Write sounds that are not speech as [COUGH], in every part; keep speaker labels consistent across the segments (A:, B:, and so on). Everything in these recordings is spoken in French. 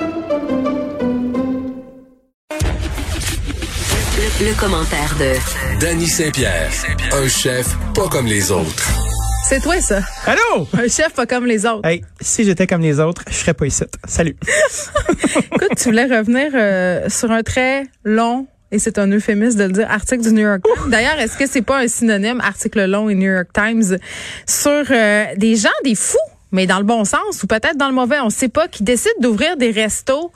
A: Le, le commentaire de
B: Danny Saint-Pierre, un chef pas comme les autres.
C: C'est toi, ça.
D: Allô?
C: Un chef pas comme les autres.
D: Hey, si j'étais comme les autres, je serais pas ici. Salut.
C: Écoute, tu voulais revenir euh, sur un très long, et c'est un euphémisme de le dire, article du New York Times. D'ailleurs, est-ce que c'est pas un synonyme, article long et New York Times, sur euh, des gens, des fous, mais dans le bon sens ou peut-être dans le mauvais, on sait pas, qui décident d'ouvrir des restos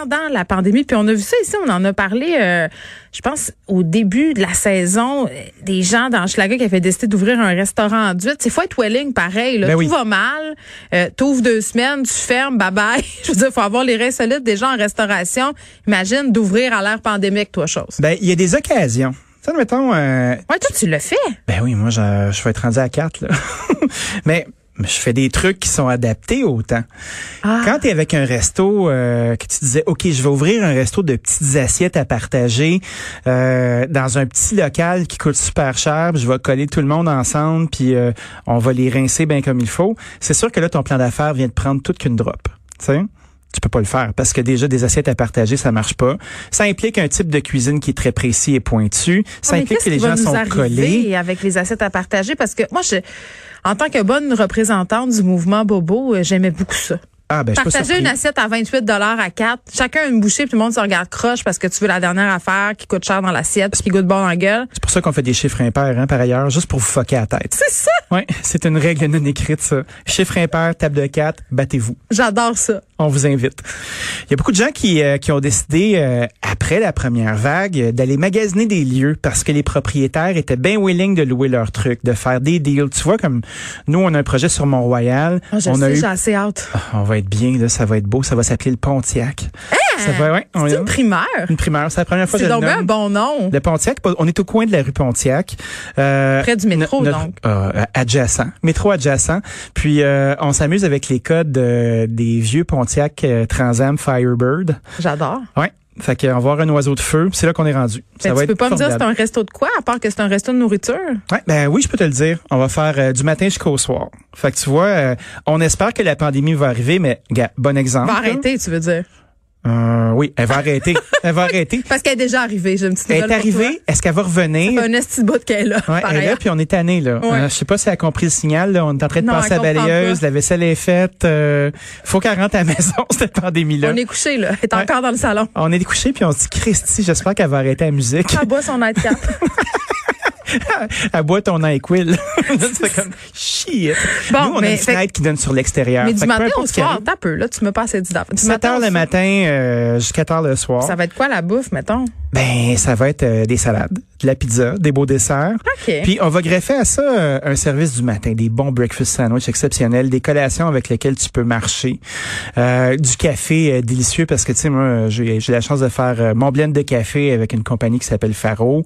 C: pendant la pandémie. Puis on a vu ça ici, on en a parlé, euh, je pense, au début de la saison, euh, des gens dans Schlager qui avaient décidé d'ouvrir un restaurant en duite. C'est faut être willing, pareil. Là.
D: Ben
C: Tout
D: oui.
C: va mal, euh, t'ouvres deux semaines, tu fermes, bye-bye. [LAUGHS] je veux dire, faut avoir les reins solides des gens en restauration. Imagine d'ouvrir à l'ère pandémique, toi, chose.
D: Ben, il y a des occasions. Ça, mettons, euh,
C: Ouais, toi, tu le fais.
D: ben oui, moi, je, je vais être rendu à 4, là. [LAUGHS] Mais je fais des trucs qui sont adaptés au temps.
C: Ah.
D: Quand tu es avec un resto, euh, que tu disais, OK, je vais ouvrir un resto de petites assiettes à partager euh, dans un petit local qui coûte super cher, puis je vais coller tout le monde ensemble, puis euh, on va les rincer bien comme il faut, c'est sûr que là, ton plan d'affaires vient de prendre toute qu'une drop. Tu sais? tu peux pas le faire parce que déjà des assiettes à partager ça marche pas ça implique un type de cuisine qui est très précis et pointu ça
C: Ah, Mais
D: implique
C: qu'est-ce
D: que les
C: qui va
D: gens
C: nous
D: sont
C: arriver
D: collés
C: avec les assiettes à partager parce que moi, je, en tant que bonne représentante du mouvement Bobo, euh, j'aimais beaucoup ça.
D: ah ben je suis pas
C: Partager
D: surpris.
C: une assiette à 28 à 4, chacun une bouchée, puis tout le monde se regarde croche parce que tu veux la dernière affaire qui coûte cher dans l'assiette, puis qui goûte bon dans la gueule.
D: C'est pour ça qu'on fait des chiffres impairs, hein, par ailleurs, juste pour vous foquer à la tête.
C: C'est ça!
D: Oui, c'est une règle non écrite, ça. Chiffres impairs, table de 4, battez-vous.
C: J'adore ça.
D: On vous invite. Il y a beaucoup de gens qui, euh, qui ont décidé, euh, après la première vague, euh, d'aller magasiner des lieux parce que les propriétaires étaient bien willing de louer leurs trucs, de faire des deals. Tu vois, comme nous, on a un projet sur Mont-Royal.
C: Ah, je
D: on
C: sais,
D: a eu...
C: j'ai assez hâte.
D: Ah, On va être bien, là, ça va être beau, ça va s'appeler le Pontiac. ça va, ouais, on-
C: Hein? C'est une primeur.
D: une primeur. C'est la première fois que
C: C'est
D: je le
C: donc bien un
D: nomme.
C: bon nom.
D: Le Pontiac, pas- on est au coin de la rue Pontiac. Euh,
C: Près du métro,
D: no- notre-
C: donc.
D: euh, adjacent. Métro adjacent. Puis, euh, on s'amuse avec les codes euh, des vieux Pontiac euh, Transam Firebird.
C: J'adore.
D: Ouais. Fait qu'on va voir un oiseau de feu. C'est là qu'on est rendu. Ça
C: Mais Ben,
D: va
C: tu
D: être
C: peux pas me dire c'est
D: formidable.
C: un resto de quoi, à part que c'est un resto de nourriture?
D: Ouais, ben oui, je peux te le dire. On va faire euh, du matin jusqu'au soir. Fait que tu vois, euh, on espère que la pandémie va arriver, mais gars, bon exemple.
C: Va
D: là.
C: arrêter, tu veux dire.
D: Euh, oui, elle
C: [LAUGHS]
D: va arrêter. elle va arrêter.
C: Parce qu'elle est déjà arrivée, j'ai une petite
D: Elle
C: nouvelle
D: est arrivée. Est-ce qu'elle va revenir?
C: pour toi. Un esti de bout qu'elle est là.
D: Ouais,
C: par
D: elle est là,
C: ailleurs.
D: puis on est tanné là.
C: Ouais.
D: Euh, je sais pas si elle a compris le signal. là. On est en train de
C: Non,
D: passer
C: elle
D: la
C: comprend
D: balayeuse,
C: pas.
D: la vaisselle est faite. euh, faut qu'elle rentre à la [LAUGHS] maison cette pandémie là.
C: On est couché, là. Elle est
D: Ouais.
C: encore dans le salon.
D: On est découché puis on se dit Christy, j'espère qu'elle va arrêter la musique.
C: [LAUGHS] Elle boit son night
D: [LAUGHS]
C: cap.
D: elle boit ton Nyquil. [LAUGHS] C'est comme shit.
C: Bon,
D: Nous on a
C: mais-
D: une
C: fait-
D: fenêtre qui donne sur l'extérieur.
C: Mais
D: Fait
C: du
D: que peu
C: matin au
D: importe ce qui
C: soir,
D: arrive,
C: t'as peu, là. Tu me passes à 10 heures. Du
D: 7 heures
C: au
D: le
C: soir.
D: matin euh, jusqu'à 4 heures le soir.
C: Ça va être quoi la bouffe, mettons?
D: Ben ça va être euh, des salades, de la pizza, des beaux desserts.
C: OK.
D: Puis on va greffer à ça euh, un service du matin, des bons breakfast sandwich exceptionnels, des collations avec lesquelles tu peux marcher, euh, du café euh, délicieux parce que tu sais moi euh, j'ai j'ai la chance de faire euh, mon blend de café avec une compagnie qui s'appelle Faro.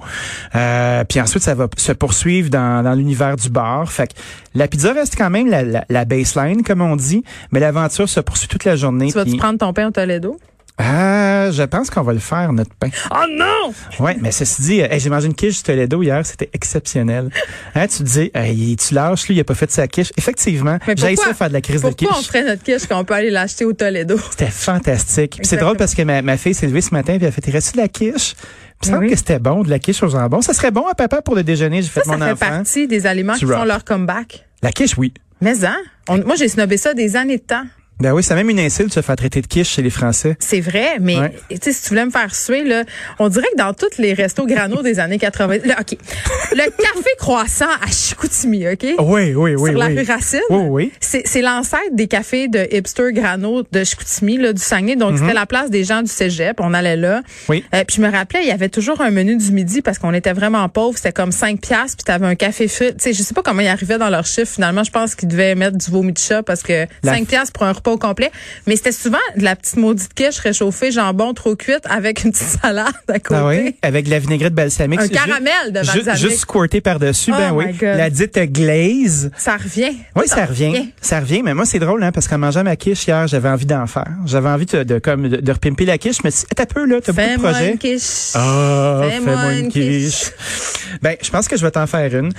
D: Euh, puis ensuite ça va p- se poursuivre dans, dans l'univers du bar. Fait que la pizza reste quand même la, la, la baseline comme on dit, mais l'aventure se poursuit toute la journée.
C: tu vas-tu
D: Puis-
C: prendre ton pain au Toledo?
D: Ah, je pense qu'on va le faire notre pain.
C: Oh non!
D: Ouais, mais ceci dit, euh, hey, j'ai mangé une quiche du Toledo hier, c'était exceptionnel. Hein, tu te dis, hey, tu lâches, lui, il a pas fait sa quiche. Effectivement,
C: Mais
D: j'ai
C: pourquoi-
D: essayé de faire de la crise de
C: Pourquoi on
D: quiche.
C: ferait notre quiche qu'on peut aller l'acheter au Toledo?
D: C'était fantastique. Puis c'est
C: Exactement.
D: drôle parce que ma, ma fille s'est levée ce matin et elle a fait, il reste de la quiche? Il me semble
C: Oui.
D: que c'était bon, de la quiche aux jambon. Ça serait bon à papa pour le déjeuner, j'ai fait
C: Ça, ça
D: mon
C: fait
D: enfant.
C: partie des aliments
D: Tu
C: qui font
D: rock.
C: leur comeback.
D: La quiche, oui.
C: Mais hein? On- moi, j'ai snobé ça des années de temps.
D: Ben oui, c'est même une insulte de se faire traiter de quiche chez les Français.
C: C'est vrai, mais
D: Ouais.
C: tu sais, si tu voulais me faire suer, là, on dirait que dans tous les restos granos des années 80... Là, OK. Le café croissant à Chicoutimi, OK?
D: Oui, oui, oui, oui.
C: Sur la rue Racine.
D: Oui, oui.
C: C'est c'est l'ancêtre des cafés de hipster grano de Chicoutimi, là, du Saguenay. Donc, c'était la place des gens du cégep. On allait là.
D: Mhm. Oui.
C: Euh, puis, je me rappelais, il y avait toujours un menu du midi parce qu'on était vraiment pauvres. C'était comme 5 piastres, puis t'avais un café frit. Tu sais, je sais pas comment ils arrivaient dans leur chiffre. Finalement, je pense qu'ils devaient mettre du vomi de chat parce que
D: La-
C: 5 piastres pour un repas pas au complet. Mais c'était souvent de la petite maudite quiche réchauffée, jambon trop cuite avec une petite salade à côté.
D: Ah oui, avec de la vinaigrette balsamique.
C: Un
D: Ju-
C: caramel de
D: ju-
C: balsamique.
D: Juste squirté par-dessus,
C: Oh
D: ben
C: my
D: oui.
C: God.
D: La dite glaze.
C: Ça revient.
D: Oui, ça revient. Ça revient, mais moi, c'est drôle, hein, parce qu'en mangeant ma quiche hier, j'avais envie d'en faire. J'avais envie de, de, comme, de, de repimper la quiche, mais t'as peu, là, t'as beaucoup de
C: Fais-moi
D: projets.
C: une quiche.
D: Ah,
C: Fais-moi une quiche.
D: Ben, je pense que je vais t'en faire une.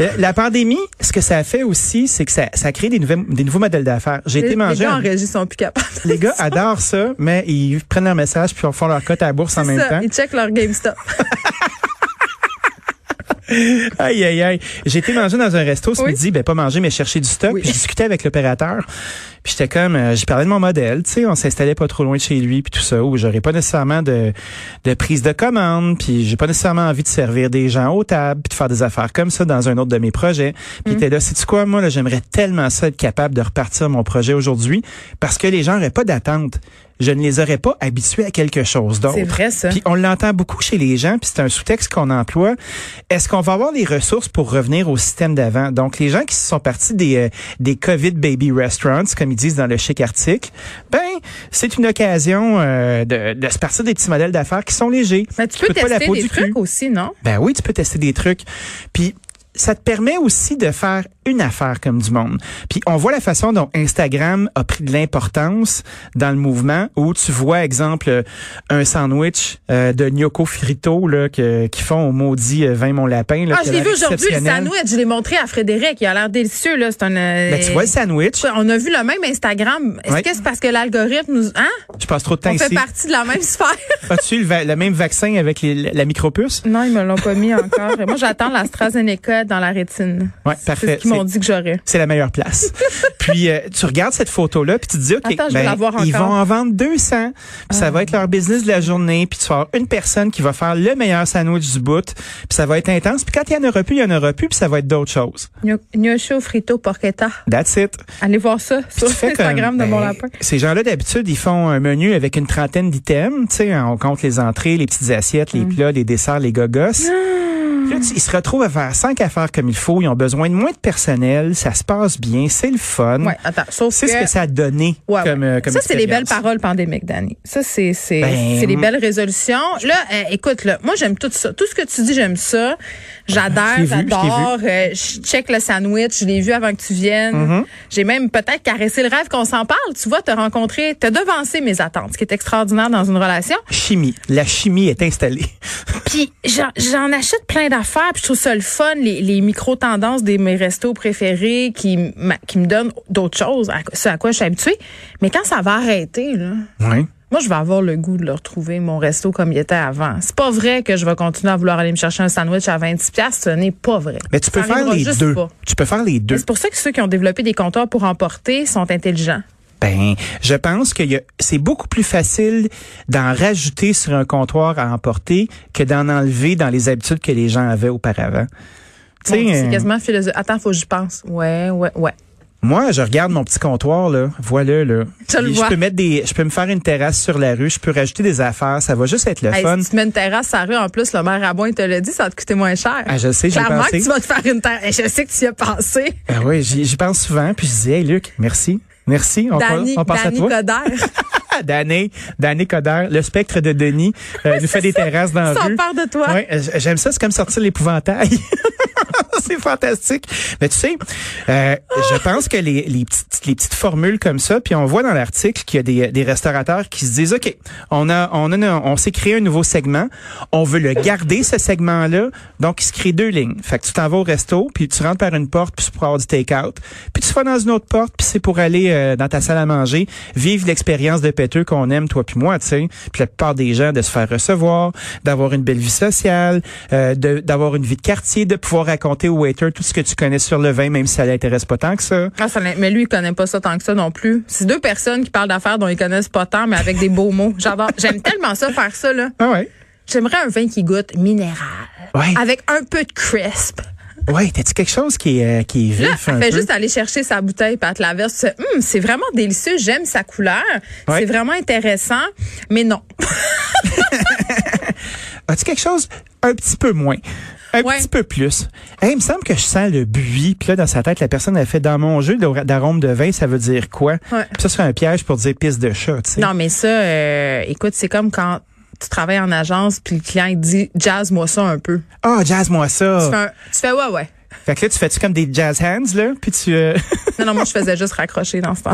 D: Euh, la pandémie, ce que ça a fait aussi, c'est que ça, ça a créé des, nouvelles, des nouveaux modèles d'affaires. J'ai
C: Les,
D: été
C: les
D: manger.
C: gars en
D: un-
C: régie sont plus capables.
D: les gars adorent ça, mais ils prennent leur message puis ils font leur cote à la bourse en
C: C'est
D: même
C: ça,
D: temps.
C: Ils checkent leur GameStop.
D: [LAUGHS] Aïe, aïe, aïe. J'ai été manger dans un resto ce
C: Oui.
D: midi, ben pas manger, mais chercher du stock.
C: Oui.
D: Puis je discutais avec l'opérateur. Puis j'étais comme, euh, j'ai parlé de mon modèle, tu sais, on s'installait pas trop loin de chez lui, puis tout ça, où j'aurais pas nécessairement de, de prise de commande, puis j'ai pas nécessairement envie de servir des gens aux tables, puis de faire des affaires comme ça dans un autre de mes projets.
C: Mm.
D: Puis il était là, sais-tu quoi, moi, là, j'aimerais tellement ça être capable de repartir mon projet aujourd'hui, parce que les gens n'auraient pas d'attente. Je ne les aurais pas habitués à quelque chose d'autre.
C: C'est vrai, ça.
D: Puis on l'entend beaucoup chez les gens, puis c'est un sous-texte qu'on emploie. Est-ce qu'on va avoir les ressources pour revenir au système d'avant? Donc, les gens qui sont partis des, euh, des COVID baby restaurants, comme ils disent dans le chic article, ben, c'est une occasion euh, de, de se partir des petits modèles d'affaires qui sont légers.
C: Mais Ben, tu peux
D: coûtent pas la
C: tester
D: peau
C: des
D: du
C: trucs
D: cul.
C: aussi, non?
D: Ben oui, tu peux tester des trucs. Puis ça te permet aussi de faire une affaire comme du monde. Puis on voit la façon dont Instagram a pris de l'importance dans le mouvement où tu vois, exemple, euh, un sandwich euh, de gnocco frito là, que, qui font au maudit euh, vin mon lapin. Là,
C: Ah,
D: qui
C: je
D: a
C: l'ai
D: l'air
C: vu aujourd'hui, le
D: exceptionnel.
C: sandwich. Je l'ai montré à Frédéric. Il a l'air délicieux, là. C'est un. euh,
D: Ben, tu vois le sandwich,
C: on a vu le même Instagram. Est-ce
D: Ouais.
C: que c'est parce que l'algorithme nous. Hein?
D: je passe trop de temps
C: On fait
D: ici.
C: partie de la même sphère.
D: As-tu le, va- le même vaccin avec les- la micropuce?
C: [LAUGHS] Non, ils me l'ont pas mis encore. Moi, j'attends l'AstraZeneca dans la rétine.
D: Ouais,
C: C'est
D: parfait.
C: ce qu'ils m'ont
D: C'est-
C: dit que j'aurais.
D: c'est la
C: [LAUGHS]
D: meilleure place. puis euh, tu regardes cette photo là puis tu te dis OK,
C: Attends, je vais
D: ben,
C: la voir
D: ils vont
C: encore.
D: en vendre 200. Puis ça va être leur business de la journée, puis tu vas avoir une personne qui va faire le meilleur sandwich du bout, puis ça va être intense. Puis quand il y en aura plus, il y en aura plus, puis ça va être d'autres choses.
C: Gno- Gnocchi au frito porchetta.
D: That's it.
C: Allez voir ça sur
D: Tu fais
C: Instagram
D: comme,
C: de mon
D: ben,
C: lapin.
D: Ces gens-là, d'habitude, ils font un menu avec une trentaine d'items. Tu sais, on compte les entrées, les petites assiettes,
C: Mm.
D: les plats, les desserts, les gogosses.
C: Ah!
D: Puis Là, tu- ils se retrouvent à faire cinq affaires comme il faut. Ils ont besoin de moins de personnel. Ça se passe bien. C'est le fun.
C: Ouais, attends. Sauf
D: C'est ce que ça a donné
C: Ouais,
D: comme,
C: ouais.
D: euh, comme
C: ça, c'est les belles
D: expérience.
C: paroles pandémiques, Dani. Ça, c'est c'est
D: Ben,
C: c'est les belles résolutions. Là, euh, écoute, là, moi, j'aime tout ça. Tout ce que tu dis, j'aime ça.
D: Je
C: J'adore,
D: l'ai vu, je l'ai vu. Mm-hmm.
C: j'adore. Euh, Je check le sandwich. Je l'ai vu avant que tu viennes. J'ai même peut-être caressé le rêve qu'on s'en parle. Tu vois, t'as rencontré, t'as devancé mes attentes, ce qui est extraordinaire dans une relation.
D: Chimie. La chimie est installée.
C: Puis j'en- j'en achète plein d'affaires, puis je trouve ça le fun, les, les micro-tendances de mes restos préférés qui, m'a- qui me donnent d'autres choses, à, ce à quoi je suis habituée. Mais quand ça va arrêter, là,
D: Oui.
C: moi, je vais avoir le goût de le retrouver, mon resto, comme il était avant. C'est pas vrai que je vais continuer à vouloir aller me chercher un sandwich à 26 pièces. ce n'est pas vrai.
D: Mais tu peux
C: Ça
D: faire
C: arrivera
D: les
C: juste
D: deux.
C: pas.
D: Tu peux faire les
C: Mais
D: deux.
C: C'est pour ça que ceux qui ont développé des comptoirs pour emporter sont intelligents.
D: Ben, je pense que y a- c'est beaucoup plus facile d'en rajouter sur un comptoir à emporter que d'en enlever dans les habitudes que les gens avaient auparavant. Tu
C: Mon Dieu,
D: sais,
C: C'est
D: euh,
C: quasiment philosophique. Attends, faut que j'y pense. Ouais, ouais, ouais.
D: moi, je regarde mon petit comptoir là, voilà là.
C: Je le
D: Et
C: vois.
D: peux mettre des, je peux me faire une terrasse sur la rue, je peux rajouter des affaires, ça va juste être le
C: Hey,
D: fun.
C: si tu mets une terrasse à la rue, en plus, le maire Rabouin te l'a dit, ça va te coûter moins cher.
D: Ah, je sais, j'y ai
C: Clairement
D: pensé.
C: que tu vas te faire une terrasse. [LAUGHS] Hey, Je sais que tu y as pensé.
D: Ben oui, j'y j'y pense souvent, puis je dis, hey Luc, merci, merci, on,
C: Danny,
D: on pense
C: Danny
D: à toi.
C: Coderre.
D: Ah, [LAUGHS] Danny, Danny Coderre, le spectre de Denis, euh, nous fait des terrasses dans la
C: Sans
D: rue.
C: peur de toi.
D: Ouais, euh, j'aime ça, c'est comme sortir l'épouvantail. [LAUGHS] c'est fantastique. Mais tu sais, euh, je pense que les, les, petites, les petites formules comme ça, puis on voit dans l'article qu'il y a des, des restaurateurs qui se disent, OK, on a, on a, on s'est créé un nouveau segment, on veut le garder, ce segment-là, donc il se crée deux lignes. Fait que tu t'en vas au resto, puis tu rentres par une porte, puis c'est pour avoir du take-out, puis tu vas dans une autre porte, puis c'est pour aller euh, dans ta salle à manger, vivre l'expérience de péteux qu'on aime, toi puis moi, tu sais. Puis la plupart des gens, de se faire recevoir, d'avoir une belle vie sociale, euh, de- d'avoir une vie de quartier, de pouvoir raconter au waiter tout ce que tu connais sur le vin, même si ça l'intéresse pas tant que ça.
C: Ah, ça l'in- mais lui, il connaît pas ça tant que ça non plus. C'est deux personnes qui parlent d'affaires dont ils connaissent pas tant, mais avec des beaux mots. J'adore. J'aime tellement ça, faire ça, là.
D: Ah ouais?
C: J'aimerais un vin qui goûte minéral.
D: Ouais.
C: Avec un peu de crisp.
D: Ouais, t'as-tu quelque chose qui est, euh, qui est
C: Là,
D: vif un
C: elle fait
D: peu?
C: juste aller chercher sa bouteille puis elle te la verse. Tu fais, Hum, c'est vraiment délicieux, j'aime sa couleur.
D: Ouais.
C: C'est vraiment intéressant. Mais non.
D: As-tu quelque chose un petit peu moins? Un
C: Ouais.
D: petit peu plus. Hey, il me semble que je sens le buis. Puis là, dans sa tête, la personne a fait dans mon jeu d'ar- d'arôme de vin, ça veut dire quoi?
C: Ouais.
D: Puis ça, c'est un piège pour dire pisse de chat, tu sais.
C: Non, mais ça, euh, écoute, c'est comme quand tu travailles en agence puis le client il dit jazz moi ça un peu.
D: Ah, jazz, moi ça.
C: Tu, fais un- tu fais ouais ouais.
D: Fait que là, tu fais-tu comme des jazz hands, là? Puis
C: [LAUGHS]
D: tu. euh,
C: Non non moi je faisais juste raccrocher dans ce temps.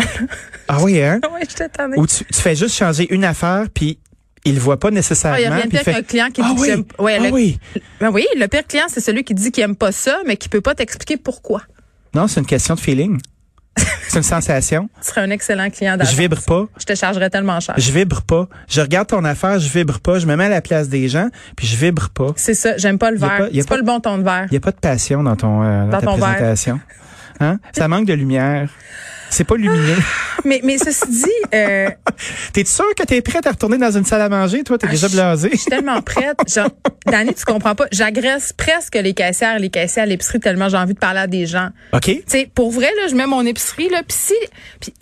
D: ah oui, hein?
C: [LAUGHS] ouais, j'étais tannée.
D: Ou tu, tu fais juste changer une affaire, puis il le voit pas nécessairement.
C: Ah, il y a rien de
D: puis
C: pire
D: il fait,
C: qu'un client qui dit
D: ah
C: que
D: oui,
C: j'aime- ouais,
D: ah
C: le-
D: oui.
C: Ben oui, le pire client c'est celui qui dit qu'il aime pas ça mais qui peut pas t'expliquer pourquoi.
D: Non, c'est une question de feeling. c'est
C: [LAUGHS]
D: une sensation.
C: Tu serais un excellent client
D: Je
C: d'agence.
D: vibre pas.
C: Je te chargerais tellement cher.
D: Je vibre pas. Je regarde ton affaire, je vibre pas. Je me mets à la place des gens, puis je vibre pas.
C: C'est ça, j'aime pas le
D: Y a pas-
C: verre.
D: y a
C: C'est pas
D: pas-
C: le bon ton de verre.
D: Il n'y a pas de passion dans ton euh, dans
C: Dans
D: ta
C: ton verre.
D: présentation. Hein? Ça manque de lumière. C'est pas lumineux.
C: Mais mais ceci dit,
D: [LAUGHS]
C: euh,
D: T'es sûr que t'es prête à retourner dans une salle à manger, toi? T'es
C: Ah,
D: déjà
C: je-
D: blasé.
C: Je suis tellement prête. Genre, Dani, tu comprends pas. J'agresse presque les caissières, les caissières à l'épicerie tellement j'ai envie de parler à des gens.
D: [LAUGHS] OK?
C: Tu sais, pour vrai, là, je mets mon épicerie, là, puis si, puis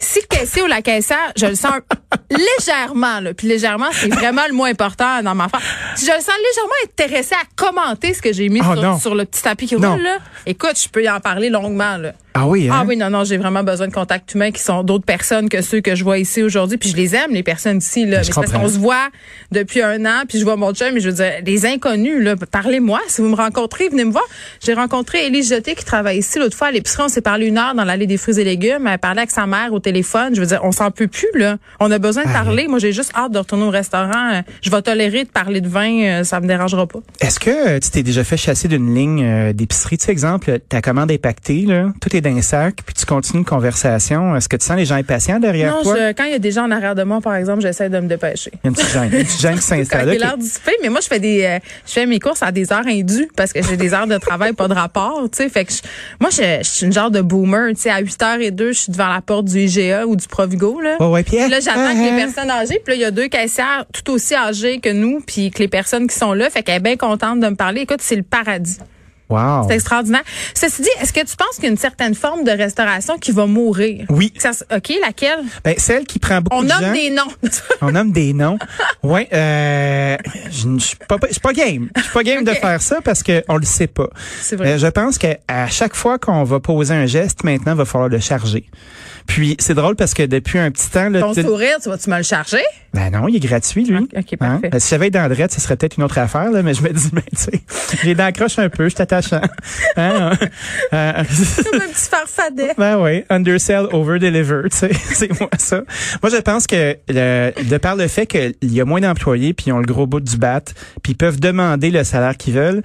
C: si le caissier ou la caissière, je le sens
D: [LAUGHS]
C: un- légèrement, là, puis légèrement, c'est vraiment le moins important dans ma femme. Si je le sens légèrement intéressé à commenter ce que j'ai mis
D: Oh,
C: sur,
D: non.
C: sur le petit tapis qui
D: Non.
C: roule, là, écoute, je peux y en parler longuement, là.
D: Ah oui, hein?
C: Ah oui, non, non, j'ai vraiment besoin de contacts humains qui sont d'autres personnes que ceux que je vois ici aujourd'hui. Puis je les aime, les personnes ici. Là. Mais
D: Ben, Je
C: c'est parce
D: comprends.
C: qu'on se voit depuis un an, puis je vois mon chum, mais je veux dire, les inconnus, là, parlez-moi. Si vous me rencontrez, venez me voir. J'ai rencontré Élise Jeté qui travaille ici l'autre fois à l'épicerie. On s'est parlé une heure dans l'allée des fruits et légumes. Elle parlait avec sa mère au téléphone. Je veux dire, on s'en peut plus, là. On a besoin de
D: Ah,
C: parler. Moi, j'ai juste hâte de retourner au restaurant. Euh, Je vais tolérer de parler de vin. euh, Ça me dérangera pas.
D: Est-ce que euh, tu t'es déjà fait chasser d'une ligne euh, d'épicerie? Tu sais, exemple, ta commande est pactée, là, tout est dans un sac, puis tu continues une conversation. Est-ce que tu sens les gens impatients derrière
C: Non,
D: toi?
C: je- quand il y a des gens en arrière de moi, par exemple, j'essaie de me dépêcher.
D: Il y a une petite gêne, une
C: [LAUGHS]
D: petite gêne qui
C: quand
D: s'installe.
C: il est
D: OK.
C: l'heure du souper, mais moi je fais des euh, je fais mes courses à des heures indues parce que j'ai des heures de travail pas de rapport, tu sais, fait que je- moi je, je suis une genre de boomer, tu sais à 8h02, je suis devant la porte du IGA ou du Provigo là.
D: Ouais, ouais, puis,
C: Puis là j'attends
D: ah,
C: que
D: ah.
C: les personnes âgées, puis là il y a deux caissières tout aussi âgées que nous puis que les personnes qui sont là, fait qu'elle est bien contente de me parler. Écoute, c'est le paradis.
D: Wow.
C: C'est extraordinaire. Ceci dit, est-ce que tu penses qu'il y a une certaine forme de restauration qui va mourir
D: Oui.
C: Ça se- OK, laquelle
D: Ben, celle qui prend beaucoup
C: On
D: de gens.
C: nomme des noms. [LAUGHS]
D: On nomme des noms. Ouais, euh, je ne je suis pas, je suis pas game. Je suis pas game de faire ça parce que on le sait pas.
C: C'est vrai.
D: Euh, je pense que à chaque fois qu'on va poser un geste, maintenant, il va falloir le charger. Puis c'est drôle parce que depuis un petit temps, là,
C: Ton
D: tu-
C: sourire, tu vas tu me le charger
D: [LAUGHS] ben non, il est gratuit lui.
C: Ok, ok, parfait.
D: Ben, Si j'avais été Andrette, ce serait peut-être une autre affaire là, mais je me dis, ben tu sais, j'ai d'accroche un peu, je t'attache. Hein? Euh,
C: Comme un petit farfadet.
D: Ben oui, undersell, over-deliver, [LAUGHS] tu sais, c'est moi ça. Moi, je pense que le- de par le fait qu'il y a moins d'employés, puis ils ont le gros bout du bat, puis ils peuvent demander le salaire qu'ils veulent,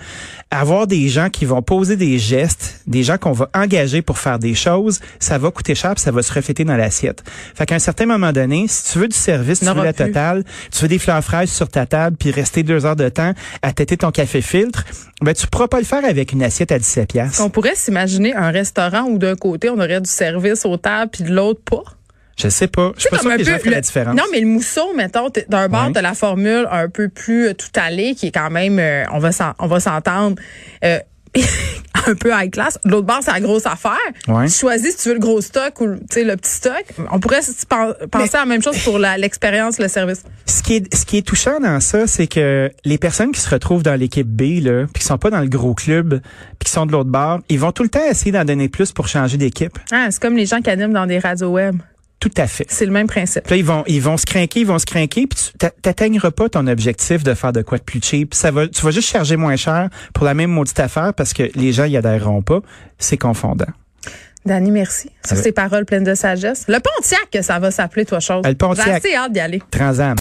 D: avoir des gens qui vont poser des gestes, des gens qu'on va engager pour faire des choses, ça va coûter cher, puis ça va se refléter dans l'assiette. Fait qu'à un certain moment donné, si tu veux du service, tu
C: N'aura
D: veux la
C: plus.
D: totale, tu veux des fleurs fraises sur ta table, puis rester deux heures de temps à têter ton café filtre, ben tu pourras pas le faire avec une assiette à 17 piastres.
C: On pourrait s'imaginer un restaurant où d'un côté on aurait du service aux tables puis de l'autre pas.
D: Je sais pas. Je suis pas
C: comme
D: sûr
C: un
D: que les gens
C: peu
D: feraient
C: le-
D: la différence.
C: Non, mais le mousseau, mettons, t'es- d'un bord,
D: Ouais.
C: t'as la formule un peu plus euh, tout allée, qui est quand même, euh, on va s'en- on va s'entendre, euh, [LAUGHS] un peu high class. De l'autre bord, c'est la grosse affaire.
D: Ouais.
C: Tu choisis si tu veux le gros stock ou le- tu sais, le petit stock. On pourrait s- pen- penser à la même chose pour la- l'expérience, le service.
D: Ce qui est, ce qui est touchant dans ça, c'est que les personnes qui se retrouvent dans l'équipe B, là, puis qui sont pas dans le gros club, puis qui sont de l'autre bord, ils vont tout le temps essayer d'en donner plus pour changer d'équipe.
C: Ah, c'est comme les gens qui animent dans des radios web.
D: Tout à fait.
C: C'est le même principe.
D: Puis là, ils vont, ils vont se craquer, ils vont se craquer, puis tu t'a- t'atteigneras pas ton objectif de faire de quoi de plus cheap. Ça va, tu vas juste charger moins cher pour la même maudite affaire parce que les gens y adhéreront pas. C'est confondant.
C: Dani, merci. Sur
D: Ah oui.
C: ces paroles pleines de sagesse. Le Pontiac, que ça va s'appeler, toi, chose.
D: Ah, le Pontiac.
C: J'ai assez hâte d'y aller.
D: Transam.